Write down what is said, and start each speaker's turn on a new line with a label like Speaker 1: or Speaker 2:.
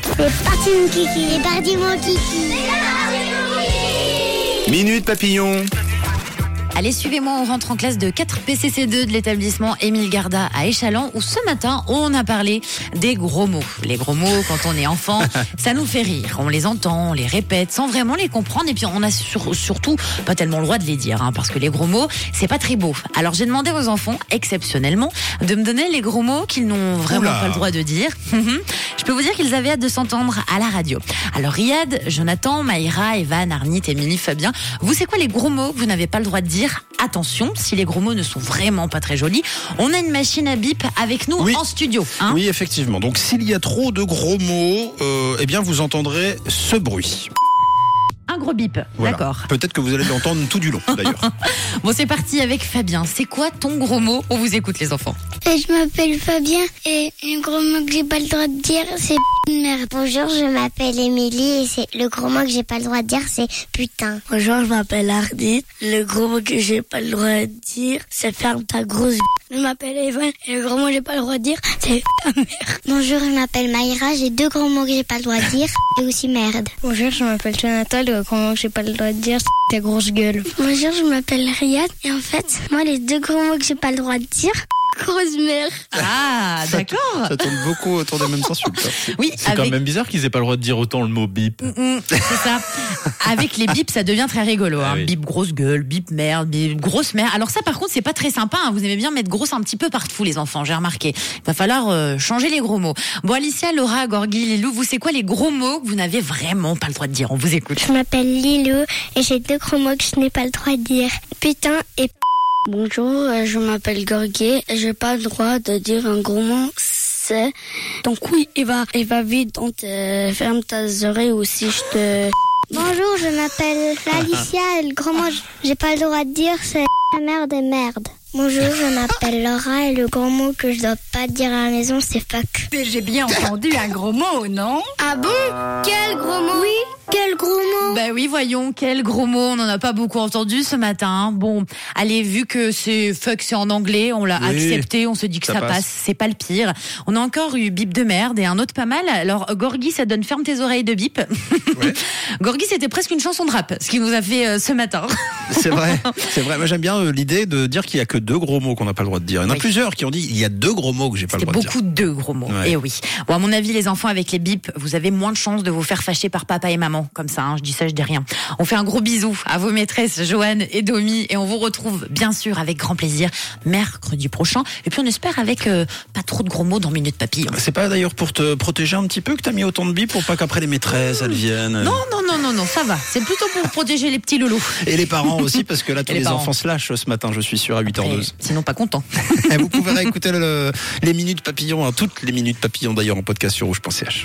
Speaker 1: C'est parti mon kiki. C'est parti mon kiki.
Speaker 2: Minute papillon.
Speaker 3: Allez, suivez-moi, on rentre en classe de 4 PCC2 de l'établissement Émile Garda à Échalant où ce matin, on a parlé des gros mots. Les gros mots, quand on est enfant, ça nous fait rire. On les entend, on les répète sans vraiment les comprendre et puis on a sur- surtout pas tellement le droit de les dire hein, parce que les gros mots, c'est pas très beau. Alors j'ai demandé aux enfants, exceptionnellement, de me donner les gros mots qu'ils n'ont vraiment
Speaker 2: Oula.
Speaker 3: pas le droit de dire. Mhm. Je peux vous dire qu'ils avaient hâte de s'entendre à la radio. Alors Riyad, Jonathan, Maïra, Evan, Arnit, Émilie, Fabien, vous c'est quoi les gros mots que vous n'avez pas le droit de dire Attention, si les gros mots ne sont vraiment pas très jolis, on a une machine à bip avec nous
Speaker 2: Oui.
Speaker 3: en studio. hein.
Speaker 2: oui, effectivement. Donc s'il y a trop de gros mots, euh, eh bien vous entendrez ce bruit.
Speaker 3: Un gros bip,
Speaker 2: Voilà.
Speaker 3: d'accord.
Speaker 2: Peut-être que vous allez l'entendre tout du long d'ailleurs.
Speaker 3: Bon c'est parti avec Fabien. C'est quoi ton gros mot On vous écoute les enfants.
Speaker 1: Et je m'appelle Fabien et le gros mot que j'ai pas le droit de dire c'est de merde. Bonjour, je m'appelle Émilie et c'est le gros mot que j'ai pas le droit de dire c'est putain.
Speaker 4: Bonjour, je m'appelle Ardit. Le gros mot que j'ai pas le droit de dire, c'est ferme ta grosse. Je m'appelle Evan et le gros mot que j'ai pas le droit de dire, c'est ta mère.
Speaker 1: Bonjour, je m'appelle Maïra, j'ai deux gros mots que j'ai pas le droit de dire et aussi merde.
Speaker 4: Bonjour, je m'appelle Jonathan. Le gros mot que j'ai pas le droit de dire, c'est ta grosse gueule.
Speaker 1: Bonjour, je m'appelle Riyad et en fait, moi les deux gros mots que j'ai pas le droit de dire grosse mère.
Speaker 3: Ah d'accord.
Speaker 2: Ça tourne beaucoup autour des mêmes insultes. hein.
Speaker 3: Oui,
Speaker 5: C'est quand
Speaker 3: avec
Speaker 5: même bizarre qu'ils aient pas le droit de dire autant le mot bip.
Speaker 3: Mm, c'est ça. Avec les bips, ça devient très rigolo. Hein.
Speaker 5: Ah oui.
Speaker 3: Bip grosse gueule, bip merde, bip grosse merde. Alors ça, par contre, c'est pas très sympa. hein. Vous aimez bien mettre grosse un petit peu partout, les enfants. J'ai remarqué. Il va falloir euh, changer les gros mots. Bon, Alicia, Laura, Gorgui, Lilou, vous c'est quoi les gros mots que vous n'avez vraiment pas le droit de dire On vous écoute.
Speaker 1: Je m'appelle Lilo et j'ai deux gros mots que je n'ai pas le droit de dire. Putain et
Speaker 4: Bonjour, euh, je m'appelle Gorguet. J'ai pas le droit de dire un gros mot, c'est. Donc oui, et va, et va vite. Donc euh, ferme ta oreille ou si je te.
Speaker 1: Bonjour, je m'appelle Alicia et le gros mot que j'ai pas le droit de dire c'est la merde et merde. Bonjour, je m'appelle Laura et le gros mot que je dois pas dire à la maison c'est fuck.
Speaker 6: J'ai bien entendu un gros mot, non
Speaker 1: Ah bon Quel gros mot Oui, quel gros mot
Speaker 3: Bah oui, voyons, quel gros mot. On n'en a pas beaucoup entendu ce matin. hein. Bon, allez, vu que c'est fuck, c'est en anglais, on l'a
Speaker 2: Oui,
Speaker 3: accepté, on se dit que
Speaker 2: ça
Speaker 3: ça, passe.
Speaker 2: passe.
Speaker 3: C'est pas le pire. On a encore eu bip de merde et un autre pas mal. Alors, Gorgui, ça donne ferme tes oreilles de bip.
Speaker 2: Ouais.
Speaker 3: Gorgui, c'était presque une chanson de rap, ce qu'il nous a fait euh, ce matin.
Speaker 2: C'est vrai, c'est vrai. Moi j'aime bien euh, l'idée de dire qu'il y a que deux gros mots qu'on n'a pas le droit de dire. Il y en a
Speaker 3: Oui.
Speaker 2: plusieurs qui ont dit il y a deux gros mots que j'ai pas le
Speaker 3: C'était
Speaker 2: droit de dire.
Speaker 3: beaucoup de gros mots.
Speaker 2: Ouais.
Speaker 3: Et oui. Bon, à mon avis, les enfants, avec les bips, vous avez moins de chances de vous faire fâcher par papa et maman. Comme ça, hein, je dis ça, je dis rien. On fait un gros bisou à vos maîtresses, Joanne et Domi. Et on vous retrouve, bien sûr, avec grand plaisir, mercredi prochain. Et puis, on espère avec euh, pas trop de gros mots dans Minute Papillon.
Speaker 2: C'est pas d'ailleurs pour te protéger un petit peu que t'as mis autant de billes pour pas qu'après les maîtresses elles viennent. euh,
Speaker 3: Non, Oh, non, non, non, non, ça va. C'est plutôt pour protéger les petits loulous.
Speaker 2: Et les parents aussi, parce que là, tous
Speaker 3: Et les
Speaker 2: les,
Speaker 3: parents.
Speaker 2: enfants se lâchent euh, ce matin, je suis sûr, à
Speaker 3: Après,
Speaker 2: 8h12.
Speaker 3: sinon, pas content.
Speaker 2: Et Eh, vous pouvez réécouter le- les minutes papillons, hein, toutes les minutes papillons d'ailleurs en podcast sur rouge.ch.